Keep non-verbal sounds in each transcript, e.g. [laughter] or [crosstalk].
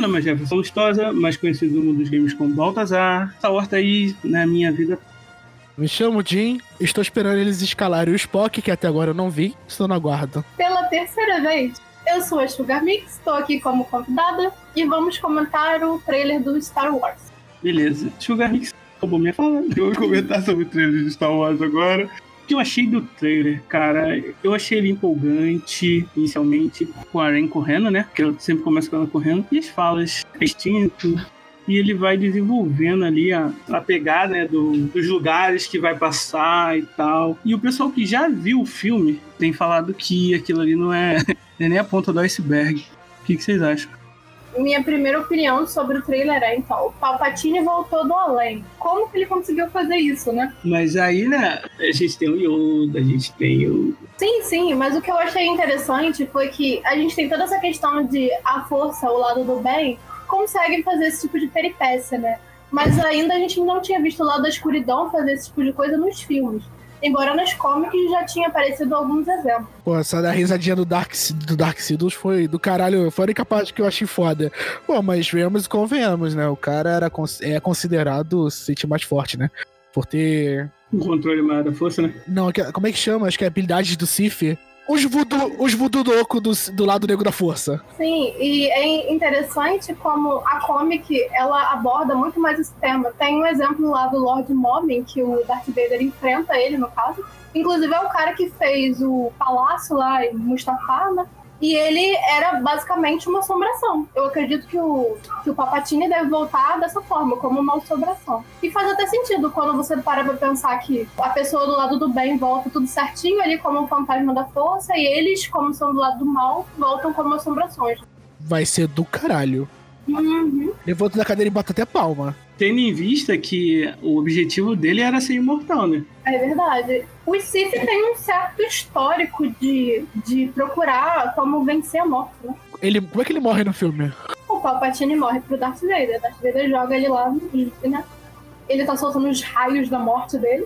chama é Jefferson Lustosa, mais conhecido no mundo dos games como Baltazar. Essa horta aí na minha vida. Me chamo Jim, estou esperando eles escalarem o Spock, que até agora eu não vi, estou na guarda. Pela terceira vez, eu sou a Sugar Mix, estou aqui como convidada e vamos comentar o trailer do Star Wars. Beleza. Sugar Mix roubou minha fala. Vamos comentar sobre o trailer de Star Wars agora. O que eu achei do trailer, cara? Eu achei ele empolgante, inicialmente, com a Ren correndo, né? Que eu sempre começo com ela correndo. E as falas, é extinto. E ele vai desenvolvendo ali a, a pegada né, do- dos lugares que vai passar e tal. E o pessoal que já viu o filme tem falado que aquilo ali não é, [laughs] não é nem a ponta do iceberg. O que que vocês acham? Minha primeira opinião sobre o trailer é, então, o Palpatine voltou do além. Como que ele conseguiu fazer isso, né? Mas aí, né, a gente tem o Yoda, a gente tem o. Sim, sim, mas o que eu achei interessante foi que a gente tem toda essa questão de a força, o lado do bem, consegue fazer esse tipo de peripécia, né? Mas ainda a gente não tinha visto o lado da escuridão fazer esse tipo de coisa nos filmes. Embora nas comics já tinha aparecido alguns exemplos. Pô, essa da risadinha do Dark, do Dark Sidious foi do caralho, foi a única parte que eu achei foda. Pô, mas vemos e convenhamos, né? O cara era, cons- é considerado o Sith mais forte, né? Por ter. O controle maior da força, né? Não, que- como é que chama? Acho que é habilidade do Sith. Os voodoo, os voodoo louco do, do lado negro da força. Sim, e é interessante como a comic ela aborda muito mais esse tema. Tem um exemplo lá do Lord Mobbing, que o Darth Vader enfrenta ele, no caso. Inclusive é o cara que fez o palácio lá em Mustafar, né? E ele era basicamente uma assombração. Eu acredito que o, que o Papatini deve voltar dessa forma, como uma assombração. E faz até sentido quando você para pra pensar que a pessoa do lado do bem volta tudo certinho ali como um fantasma da força, e eles, como são do lado do mal, voltam como assombrações. Vai ser do caralho. Uhum. Levanta da cadeira e bota até palma. Tendo em vista que o objetivo dele era ser imortal, né? É verdade. Os Sith têm um certo histórico de, de procurar como vencer a morte, né? Ele, como é que ele morre no filme? O Palpatine morre pro Darth Vader. Darth Vader joga ele lá no né? Ele tá soltando os raios da morte dele.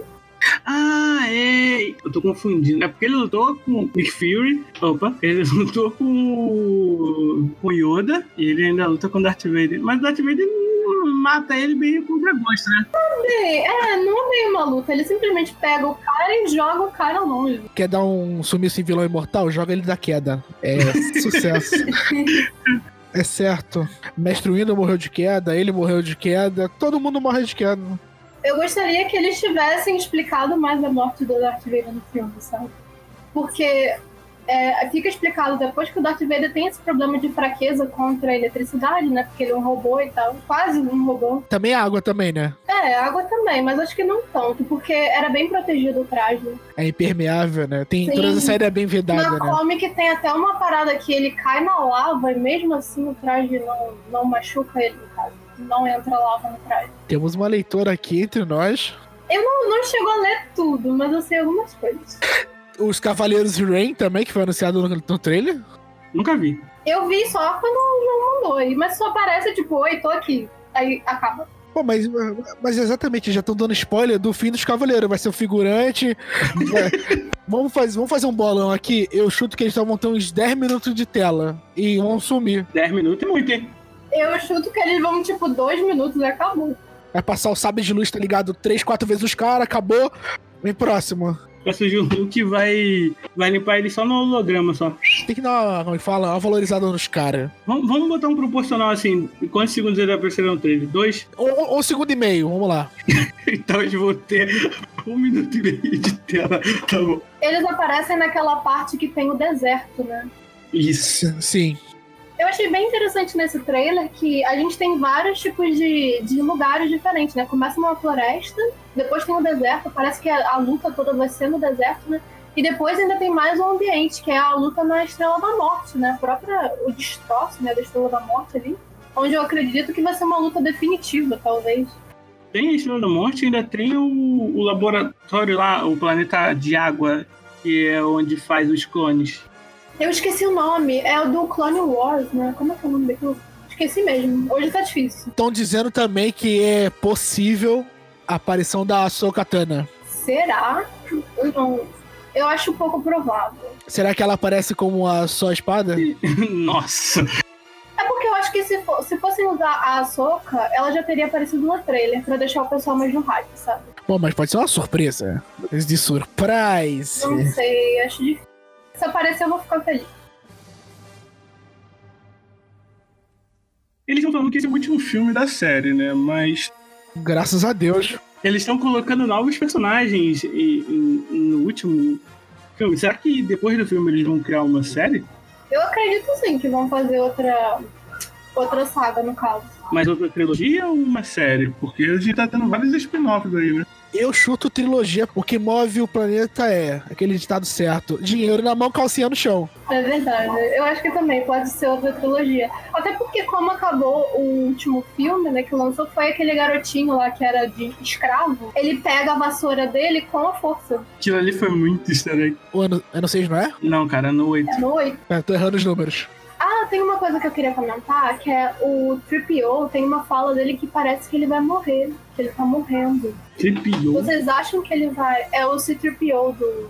Ah, é! Eu tô confundindo. É porque ele lutou com o Nick Fury. Opa, ele [laughs] lutou com o com o Yoda e ele ainda luta com o Darth Vader. Mas o Darth Vader hum, mata ele meio contra gosto, né? Bem, é, não é meio uma luta. Ele simplesmente pega o cara e joga o cara longe. Quer dar um sumiço em vilão imortal? Joga ele da queda. É sucesso. é certo. Mestre Windu morreu de queda, ele morreu de queda, todo mundo morre de queda. Eu gostaria que eles tivessem explicado mais a morte do Darth Vader no filme, sabe? Porque é, fica explicado depois que o Darth Vader tem esse problema de fraqueza contra a eletricidade, né? Porque ele é um robô e tal. Quase um robô. Também a água também, né? É, água também, mas acho que não tanto, porque era bem protegido o traje. É impermeável, né? Tem Sim. toda essa área bem vedada, Na né? comic tem até uma parada que ele cai na lava e mesmo assim o traje não, não machuca ele, no caso. Não entra lava no traje. Temos uma leitora aqui entre nós. Eu não, não chego a ler tudo, mas eu sei algumas coisas. Os Cavaleiros Rain também, que foi anunciado no, no trailer. Nunca vi. Eu vi só quando o João mandou, e- mas só aparece tipo, oi, tô aqui. Aí acaba. Pô, mas, mas exatamente, já estão dando spoiler do fim dos Cavaleiros. Vai ser o figurante. vai- vamos, fazer, vamos fazer um bolão aqui. Eu chuto que eles só vão ter uns 10 minutos de tela e vão sumir. 10 minutos é muito, hein? Eu chuto que eles vão tipo dois minutos e acabou. Vai passar o sabre de luz, tá ligado? Três, quatro vezes os caras, acabou. Vem próximo. Vai surgir um Luke vai, vai limpar ele só no holograma só. Tem que dar uma, como é que fala, uma valorizada nos caras. Vamos, vamos botar um proporcional assim. Quantos segundos ele apareceram no trailer? Dois? Ou, ou, ou segundo e meio, vamos lá. Então eles vão ter um minuto e meio de tela. Tá bom. Eles aparecem naquela parte que tem o deserto, né? Isso. Sim. Eu achei bem interessante nesse trailer que a gente tem vários tipos de, de lugares diferentes, né? Começa numa floresta, depois tem o deserto, parece que a, a luta toda vai ser no deserto, né? E depois ainda tem mais um ambiente, que é a luta na Estrela da Morte, né? A própria, o destroço né, da Estrela da Morte ali, onde eu acredito que vai ser uma luta definitiva, talvez. Tem a Estrela da Morte, ainda tem o, o laboratório lá, o planeta de água, que é onde faz os clones. Eu esqueci o nome, é o do Clone Wars, né? Como é que é o nome daquilo? Esqueci mesmo, hoje tá difícil. Estão dizendo também que é possível a aparição da Sokatana. Será? Eu Não, eu acho pouco provável. Será que ela aparece como a só espada? [laughs] Nossa! É porque eu acho acho que se, for, se fossem usar a Soca, ela já teria aparecido no trailer, pra deixar o pessoal mais no hype, sabe? Bom, mas pode ser uma surpresa. De surprise. Não sei, acho difícil. Se aparecer, eu vou ficar feliz. Eles estão falando que esse é o último filme da série, né? Mas Graças a Deus. eles estão colocando novos personagens e- e- no último filme. Será que depois do filme eles vão criar uma série? Eu acredito sim que vão fazer outra, outra saga, no caso. Mais outra trilogia ou uma série? Porque a gente tá tendo vários spin-offs aí, né? Eu chuto trilogia, o que move o planeta é aquele ditado certo: dinheiro na mão, calcinha no chão. É verdade. Eu acho que também pode ser outra trilogia. Até porque, como acabou o último filme, né, que lançou, foi aquele garotinho lá que era de escravo. Ele pega a vassoura dele com a força. Aquilo ali foi muito easter egg. O ano, ano 6, não é? Não, cara, no 8. É noite. é? Tô errando os números. Ah, tem uma coisa que eu queria comentar, que é o Tripio tem uma fala dele que parece que ele vai morrer. Que ele tá morrendo. Tripiou. Vocês acham que ele vai. É o C-Tripio do.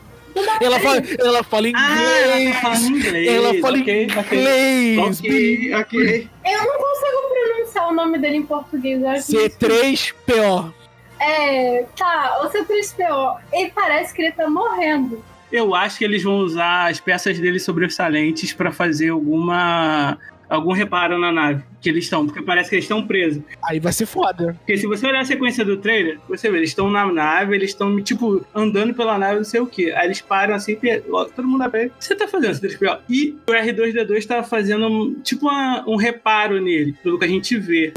Ela fala, ela fala Ah, inglês. tá em inglês. ela fala ok, ok. inglês. Ok, ok. Eu não consigo pronunciar o nome dele em português. Eu acho que- C3PO. É, tá, o C3PO, ele parece que ele tá morrendo. Eu acho que eles vão usar as peças dele sobressalentes pra fazer alguma algum reparo na nave que eles estão, porque parece que eles estão presos. Aí vai ser foda. Porque se você olhar a sequência do trailer, você vê, eles estão na nave, eles estão, tipo, andando pela nave, não sei o quê. Aí eles param assim, pe- ó, todo mundo abre. O que você tá fazendo, C3PO? E o R2D2 tá fazendo, um- tipo, uma- um reparo nele, pelo que a gente vê.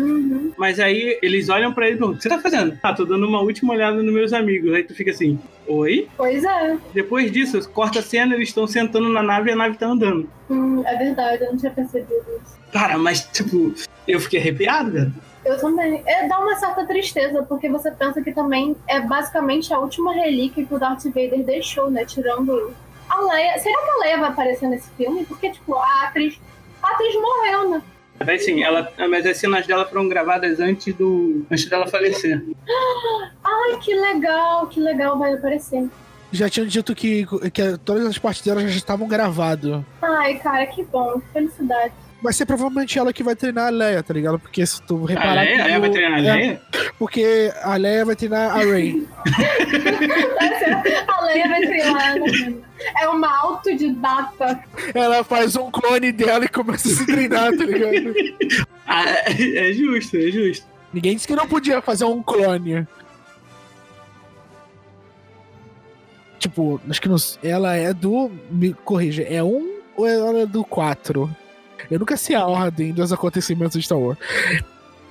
Mas aí eles olham pra ele e perguntam: o que você tá fazendo? Ah, tô dando uma última olhada nos meus amigos. Aí tu fica assim: oi? Pois é, Depois disso, corta a cena, eles estão sentando na nave e a nave tá andando. Hum, é verdade, eu não tinha percebido isso. Cara, mas tipo, eu fiquei arrepiado, velho. Eu também. É, dá uma certa tristeza, porque você pensa que também é basicamente a última relíquia que o Darth Vader deixou, né? Tirando a Leia. Será que a Leia vai aparecer nesse filme? Porque, tipo, a atriz. A atriz morreu, né? Mas sim, ela, mas as cenas dela foram gravadas antes do. antes dela falecer. Ai, que legal, que legal vai aparecer. Já tinham dito que, que todas as partes dela já estavam gravado. Ai, cara, que bom, que felicidade. Vai ser provavelmente ela que vai treinar a Leia, tá ligado? Porque se tu A reparar. Leia, que Ah, a Leia vai o- treinar a é, Leia? Porque a Leia vai treinar a Rey. A Leia vai treinar. né? [laughs] É uma autodidata. [laughs] ela faz um clone dela e começa a se treinar, tá ligado? Ah, é, é justo, é justo. [laughs] Ninguém disse que não podia fazer um clone. Tipo, acho que não. Ela é do. Me corrija, é um ou ela é do quatro? Eu nunca sei a ordem dos acontecimentos de Star Wars.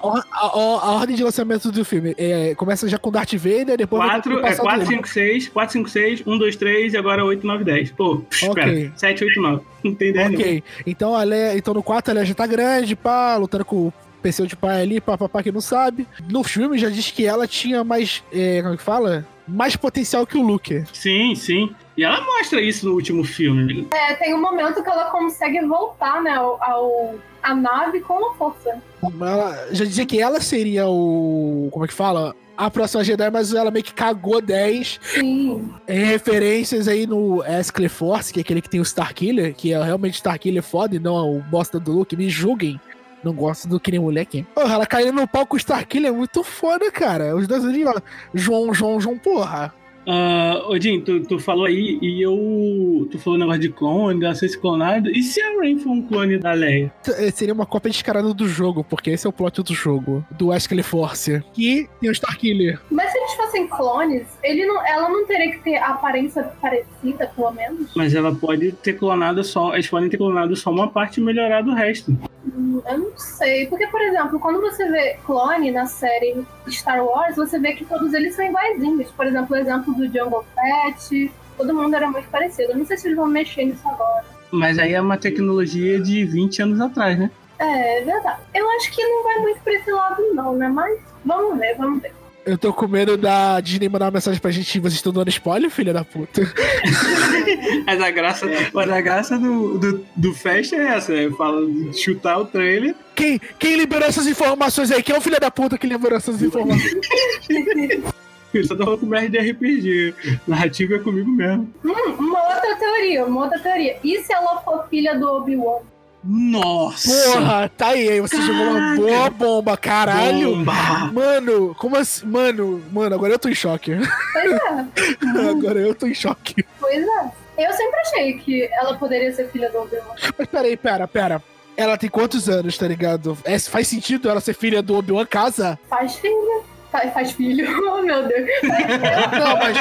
A, a- a ordem de lançamento do filme é, começa já com Darth Vader, depois vai 4, pro é passado 4, dele. 5, 6, 4, 5, 6, 1, 2, 3 um, e agora 8, 9, 10. Pô, Ok. espera. 7, 8, 9. Não tem ideia nenhuma. Ok, então, a Leia, então no 4 a Leia já tá grande, pá, lutando com o PC de pai ali, pá, pá, pá, que não sabe. No filme já diz que ela tinha mais, é, como é que fala? Mais potencial que o Luke. Sim, sim. E ela mostra isso no último filme. É, tem um momento que ela consegue voltar, né, ao, ao- a nave com a força. Ela já dizia que ela seria o, como é que fala? A próxima Jedi, mas ela meio que cagou 10 Sim. em referências aí no Escle Force, que é aquele que tem o Starkiller, que é realmente Starkiller foda e não o bosta do Luke, me julguem. Não gosto do que nem moleque. Porra, ela caindo no palco com o Starkiller é muito foda, cara. Os dois ali, ó. João, João, João, porra. Ah, Odin, tu, tu falou aí e eu. Tu falou um negócio de clone, dela ser clonada. E se a Rain for um clone da Leia? T- eh, Seria uma cópia descarada do jogo, porque esse é o plot do jogo, do Escle Force. Que tem o Starkiller. Mas se eles fossem clones, ele não, ela não teria que ter a aparência parecida, pelo menos. Mas ela pode ter clonado só. Eles podem ter clonado só uma parte e melhorado o resto. Hum, Eu não sei. Porque, por exemplo, quando você vê clone na série Star Wars, você vê que todos eles são iguaizinhos. Por exemplo, o exemplo do Jungle Fett, todo mundo era muito parecido. Eu não sei se eles vão mexer nisso agora. Mas aí é uma tecnologia de 20 anos atrás, né? É, é verdade. Eu acho que não vai muito pra esse lado, não, né? Mas vamos ver, vamos ver. Eu tô com medo da Disney mandar uma mensagem pra gente. Vocês estão dando spoiler, filha da puta? Mas a graça, É. mas a graça do, do, do Fest é essa. É fala de chutar o trailer. Quem, quem liberou essas informações aí? Quem é o filho da puta que liberou essas informações? Eu só tava com merda de RPG. Narrativa é comigo mesmo. Hum, uma outra teoria, uma outra teoria. E se ela for filha do Obi-Wan? Nossa! Porra, tá aí, aí você jogou uma boa bomba, caralho. Bomba! Mano, como assim? Mano, mano, agora eu tô em choque. Pois é, [laughs] agora eu tô em choque. pois é. Eu sempre achei que ela poderia ser filha do Obi-Wan. Mas peraí, pera, pera. Ela tem quantos anos, tá ligado? É, faz sentido ela ser filha do Obi-Wan Casa? Faz filha. Faz, faz filho. [laughs] Oh, meu Deus. Não, mas.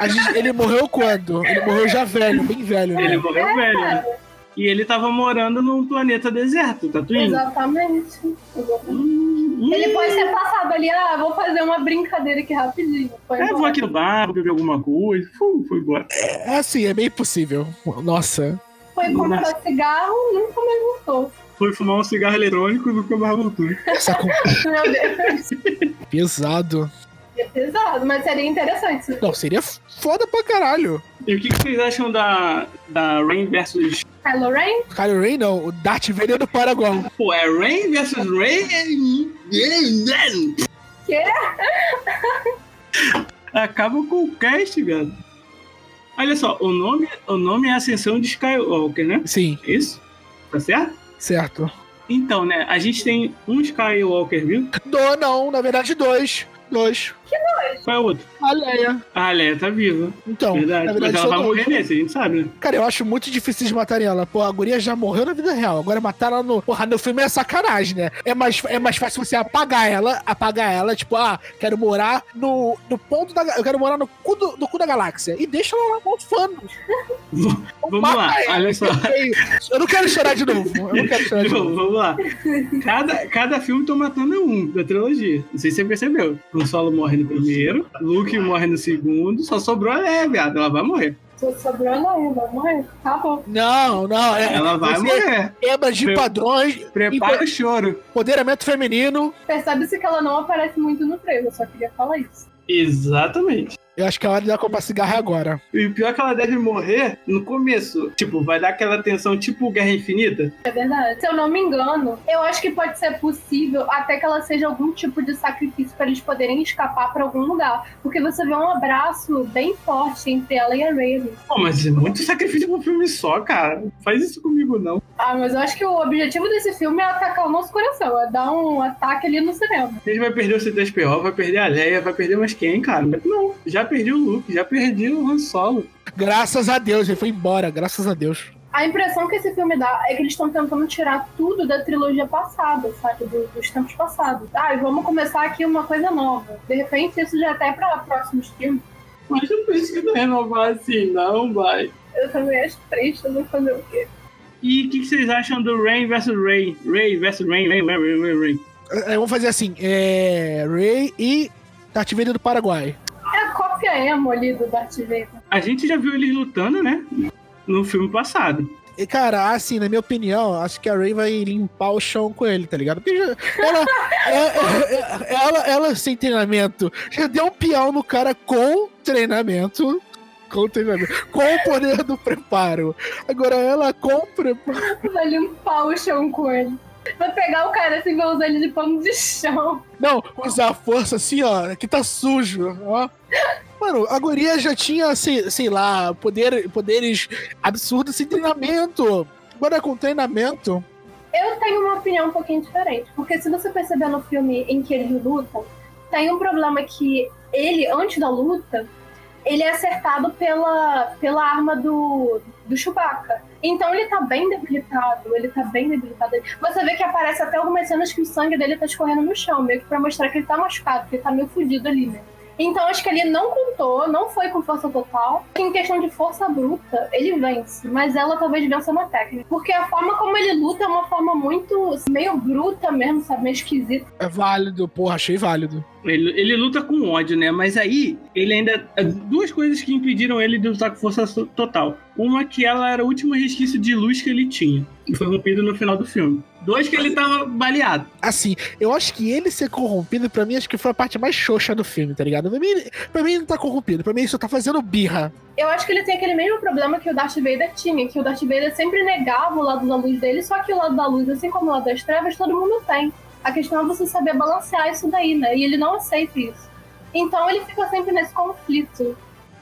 a gente- ele morreu quando? Ele morreu já velho, bem velho, Ele né? morreu velho. né? É, E ele tava morando num planeta deserto, Tatooine. Exatamente. Exatamente. Hum, hum. Ele pode ter passado ali, ah, vou fazer uma brincadeira aqui rapidinho. Foi É, embora. vou aqui no bar, vou beber alguma coisa. Fum, foi embora. É assim, é meio possível. Nossa. Foi comprar Nossa. cigarro, nunca mais voltou. Foi fumar um cigarro eletrônico e nunca mais voltou. Essa com... [laughs] Meu Deus. Pesado. É pesado, mas seria interessante. Não, seria foda pra caralho. E o que, que vocês acham da, da Rain versus. Kylo Ren? Kylo Ren não, o Darth Vader do Paragon. Pô, é Rain versus Rain? Que? Acaba com o cast, velho. Olha só, o nome, o nome é Ascensão de Skywalker, né? Sim, É Isso? Tá certo? certo. Então, né, a gente tem um Skywalker, viu? Do, não, na verdade dois. Dois. Qual é o outro? A Leia. A Leia tá viva. Então, verdade. na Mas verdade ela vai são dois. morrer nesse, a gente sabe, né? Cara, eu acho muito difícil de matar ela. Pô, a guria já morreu na vida real. Agora matar ela no. Porra, no filme é sacanagem, né? É mais, é mais fácil você apagar ela, apagar ela, tipo, ah, quero morar no, no ponto da. Eu quero morar no cu, do, no cu da galáxia. E deixa ela lá mofando. Vamos lá, olha só. Eu não quero chorar de novo. Eu não quero chorar [laughs] de Então, novo. vamos lá. Cada, cada filme tô matando um da trilogia. Não sei se você percebeu. O Solo morre no primeiro, Luke morre no segundo, só sobrou a Leia, viado. Ela vai morrer. Só sobrou ela ainda, mãe. Tá bom. Não, não. É, Ela vai você morrer. Quebra de Pre- padrões, Prepara o choro. empoderamento feminino. Percebe-se que ela não aparece muito no trailer, eu só queria falar isso. Exatamente. Eu acho que a hora de ela comprar cigarro é agora. E o pior é que ela deve morrer no começo. Tipo, vai dar aquela tensão tipo Guerra Infinita. É verdade. Se eu não me engano, eu acho que pode ser possível até que ela seja algum tipo de sacrifício pra eles poderem escapar pra algum lugar. Porque você vê um abraço bem forte entre ela e a Raven. Pô, mas é muito sacrifício pra um filme só, cara. Não faz isso comigo, não. Ah, mas eu acho que o objetivo desse filme é atacar o nosso coração, é dar um ataque ali no cinema. A gente vai perder o C3PO, vai perder a Leia, vai perder mais quem, cara? Não, já perdi o Luke, já perdi o Han Solo. Graças a Deus, ele foi embora, graças a Deus. A impressão que esse filme dá é que eles estão tentando tirar tudo da trilogia passada, sabe? Do- dos tempos passados. Ah, e vamos começar aqui uma coisa nova. De repente, isso já é até pra próximos filmes. Mas não precisa renovar assim, não, vai. Eu também acho triste, eu vou fazer o quê? E o que, que vocês acham do Rain vs Ray? Ray vs Rain, Rain, Rain, Rain, Rain, Rain. É, Vamos fazer assim: é. Ray e Darth Vader do Paraguai. É a cópia emo ali do Darth Vader. A gente já viu eles lutando, né? No filme passado. E, cara, assim, na minha opinião, acho que a Ray vai limpar o chão com ele, tá ligado? Porque já- ela, é- é- é- ela, ela sem treinamento já deu um pião no cara com treinamento. Com treinamento. Com o poder do preparo. Agora ela com o preparo. Vai limpar o um chão com ele. Vai pegar o cara assim, vai usar ele de pano de chão. Não, usar a força assim, ó, que tá sujo, ó. Mano, a guria já tinha, sei, sei lá, poder, poderes absurdos sem treinamento. Agora com treinamento. Eu tenho uma opinião um pouquinho diferente, porque se você perceber no filme em que eles lutam, tem um problema que ele, antes da luta, ele é acertado pela, pela arma do, do Chewbacca. Então ele tá bem debilitado, ele tá bem debilitado. Você vê que aparece até algumas cenas que o sangue dele tá escorrendo no chão, meio que pra mostrar que ele tá machucado, que ele tá meio fudido ali, né? Então acho que ele não contou, não foi com força total. Em questão de força bruta, ele vence, mas ela talvez vença na técnica. Porque a forma como ele luta é uma forma muito meio bruta mesmo, sabe? Meio esquisita. É válido, porra, achei válido. Ele, ele luta com ódio, né? Mas aí, ele ainda. Duas coisas que impediram ele de lutar com força so- total. Uma, que ela era o último resquício de luz que ele tinha. E foi rompido no final do filme. Dois, que ele tava baleado. Assim, eu acho que ele ser corrompido, pra mim, acho que foi a parte mais xoxa do filme, tá ligado? Pra mim, pra mim ele não tá corrompido, pra mim ele só tá fazendo birra. Eu acho que ele tem aquele mesmo problema que o Darth Vader tinha, que o Darth Vader sempre negava o lado da luz dele, só que o lado da luz, assim como o lado das trevas, todo mundo tem. A questão é você saber balancear isso daí, né? E ele não aceita isso. Então ele fica sempre nesse conflito.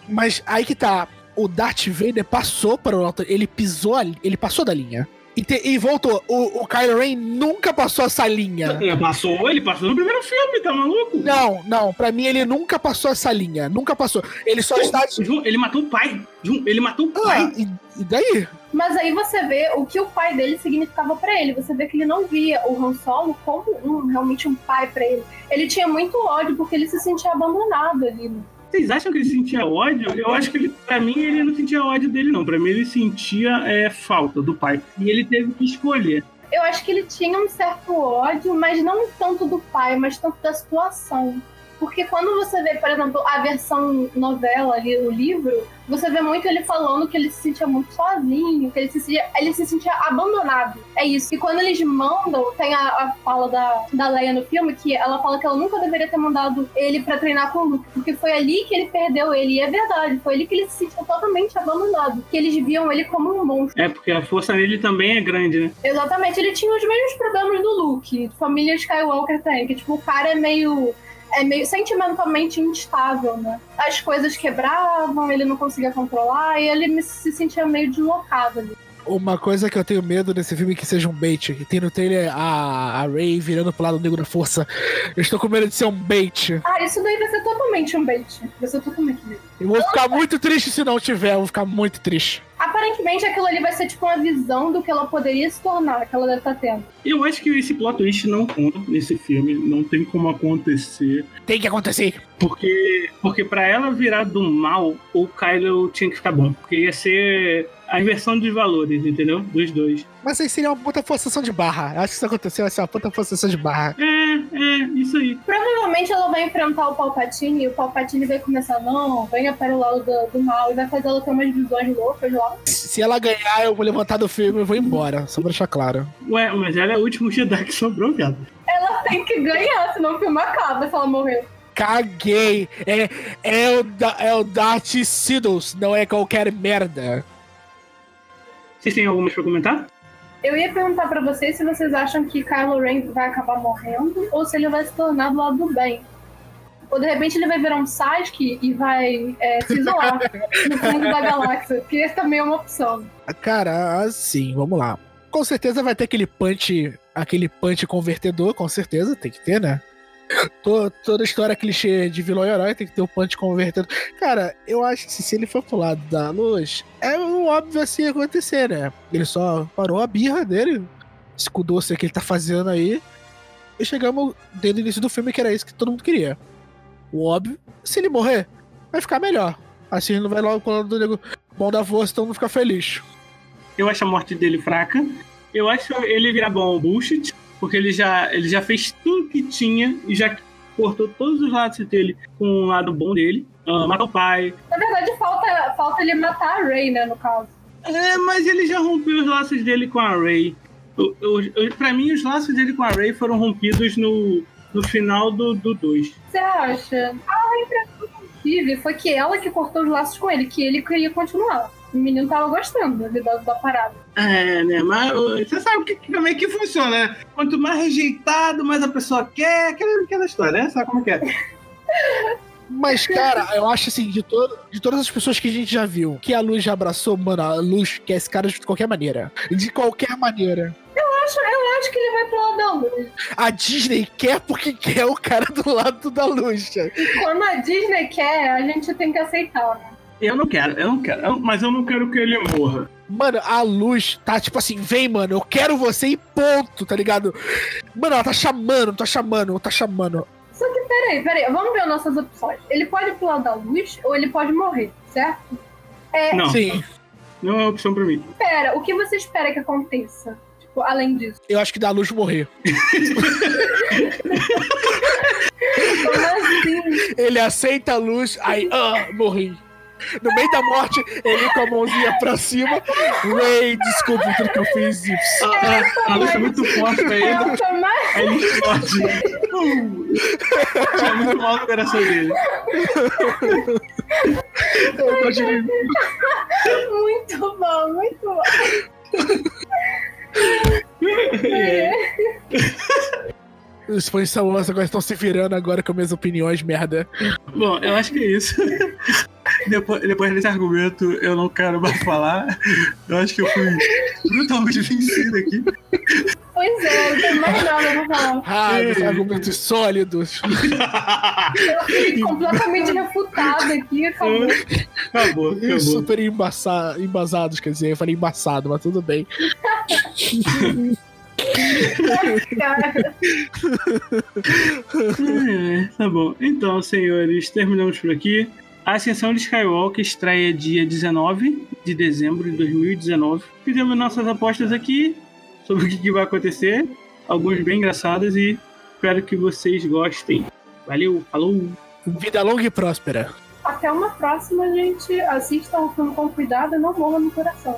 Mas aí que tá. O Darth Vader passou para o outro, ele pisou ali, ele passou da linha. E, te- e voltou. O, o Kylo Ren nunca passou [laughs] essa linha. Ele Passou, ele passou no primeiro filme, tá maluco? É. Não, não. Pra mim, ele nunca passou essa linha. Nunca passou. Ele só está... Ju, Ele matou o pai. Ju, Ele matou o Ah, pai. e, e daí? Mas aí você vê o que o pai dele significava pra ele. Você vê que ele não via o Han Solo como um, realmente um pai pra ele. Ele tinha muito ódio porque ele se sentia abandonado ali. Vocês acham que ele sentia ódio? Eu acho que ele, pra mim, ele não sentia ódio dele, não. Pra mim, ele sentia é, falta do pai. E ele teve que escolher. Eu acho que ele tinha um certo ódio, mas não tanto do pai, mas tanto da situação. Porque quando você vê, por exemplo, a versão novela ali, o livro, você vê muito ele falando que ele se sentia muito sozinho, que ele se sentia, ele se sentia abandonado. É isso. E quando eles mandam, tem a, a fala da, da Leia no filme, que ela fala que ela nunca deveria ter mandado ele pra treinar com o Luke, porque foi ali que ele perdeu ele. E é verdade, foi ali que ele se sentiu totalmente abandonado. Que eles viam ele como um monstro. É, porque a força nele também é grande, né? Exatamente, ele tinha os mesmos problemas do Luke. Família Skywalker tem, que tipo, o cara é meio. É meio sentimentalmente instável, né? As coisas quebravam, ele não conseguia controlar e ele me- se sentia meio deslocado ali. Uma coisa que eu tenho medo nesse filme é que seja um bait. E tem no trailer a, a Ray virando pro lado negro da força. Eu estou com medo de ser um bait. Ah, isso daí vai ser totalmente um bait. Vai ser totalmente um bait. Eu vou ficar muito triste se não tiver. Eu vou ficar muito triste. Aparentemente aquilo ali vai ser tipo uma visão do que ela poderia se tornar, que ela deve estar tendo. Eu acho que esse plot twist não conta nesse filme. Não tem como acontecer. Tem que acontecer. Porque, porque para ela virar do mal, o Kylo tinha que ficar bom. Porque ia ser a inversão dos valores, entendeu? Dos dois. Mas aí seria uma puta forçação de barra. Eu Acho que isso aconteceu, vai ser uma puta forçação de barra. É, é, isso aí. Provavelmente ela vai enfrentar o Palpatine e o Palpatine vai começar, não, venha para o lado do, do mal e vai fazer ela ter umas visões loucas lá. Se ela ganhar, eu vou levantar do filme e vou embora. Só pra deixar claro. Ué, mas ela é o último Jedi que sobrou, viado. Ela tem que ganhar, senão o filme acaba se ela morrer. Caguei. É, é, o, da, é o Darth Siddles. Não é qualquer merda. Vocês têm algumas pra comentar? Eu ia perguntar pra vocês se vocês acham que Kylo Ren vai acabar morrendo ou se ele vai se tornar do lado do bem. Ou de repente ele vai virar um Psyche e vai é, se isolar no fundo da galáxia, que essa também é uma opção. Cara, assim, vamos lá. Com certeza vai ter aquele punch, aquele punch convertedor, com certeza, tem que ter, né? To- Toda história clichê de vilão e herói tem que ter o punch convertedor. Cara, eu acho que se ele for pro lado da luz, é um óbvio assim acontecer, né? Ele só parou a birra dele, esse cu doce que ele tá fazendo aí, e chegamos desde o início do filme que era isso que todo mundo queria. O óbvio, se ele morrer, vai ficar melhor. Assim ele não vai logo pro lado do nego bom da força, todo mundo fica feliz. Eu acho a morte dele fraca. Eu acho ele virar bom bullshit, porque ele já, ele já fez tudo que tinha e já cortou todos os lados dele com o lado bom dele. Ah, matou o pai, Na verdade, falta, falta ele matar a Rey, né, no caso. É, mas ele já rompeu os laços dele com a Ray. Eu- eu- eu- Pra mim, os laços dele com a Ray foram rompidos no, no final do 2. Do dois. Você acha? A impressão que eu tive foi que ela que cortou os laços com ele, que ele queria continuar. O menino tava gostando da vida da parada. é, né? Mas ô, você sabe que, que- como é que funciona, né? Quanto mais rejeitado, mais a pessoa quer. Aquela, aquela história, né? Sabe como que é? Mas, cara, eu acho assim, de, todo, de todas as pessoas que a gente já viu, que a Luz já abraçou, mano, a Luz quer esse cara de qualquer maneira. De qualquer maneira. acho- eu acho que ele vai pro lado da luz. A Disney quer porque [laughs] quer o cara do lado da Luz. cara. Quando a Disney quer, a gente tem que aceitar, né? Eu não quero, eu não quero. eu- mas eu não quero que ele morra. Mano, a Luz tá tipo assim, vem, mano, eu quero você e ponto, tá ligado? Mano, ela tá chamando, tá chamando, tá chamando. Só que peraí, peraí, vamos ver nossas opções. Ele pode ir pro lado da luz ou ele pode morrer, certo? Não, Sim, não é opção pra mim. Pera, o que você espera que aconteça? Tipo, além disso. eu acho que da Luz morrer. Como assim? Ele aceita a Luz, aí, ah, morri. No meio da morte, ele com a mãozinha pra cima. Ray, desculpa tudo que eu fiz. e A, Ah, a- a luz é muito forte pra ele. Eu tô mais- Aí ele explode. Uh, Tinha muito mal no coração dele. Eu continuei. [laughs] Muito bom, muito bom. É. Os fãs de Star Wars agora estão se virando agora com minhas opiniões, merda. Bom, eu acho que é isso. Depois, depois desse argumento, eu não quero mais falar. Eu acho que eu fui brutalmente vencido aqui. Pois é, não tem mais nada pra falar. Ah, Ei. dos argumentos sólidos. Eu fui completamente refutada aqui, acabou. Acabou, E acabou. super embaça- embasados, quer dizer, eu falei embaçado, mas tudo bem. Cara, É, tá bom. Então, senhores, terminamos por aqui. A Ascensão de Skywalker estreia dia 19 de dezembro de 2019. Fizemos nossas apostas aqui sobre o que, que vai acontecer. Algumas bem engraçadas e espero que vocês gostem. Valeu, falou! Vida longa e próspera. até uma próxima, gente. Assistam o filme com cuidado e não morram no coração.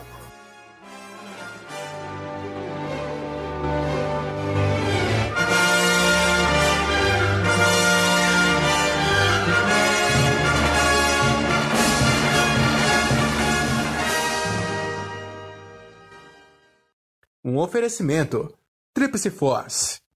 Um oferecimento. Tríplice Force.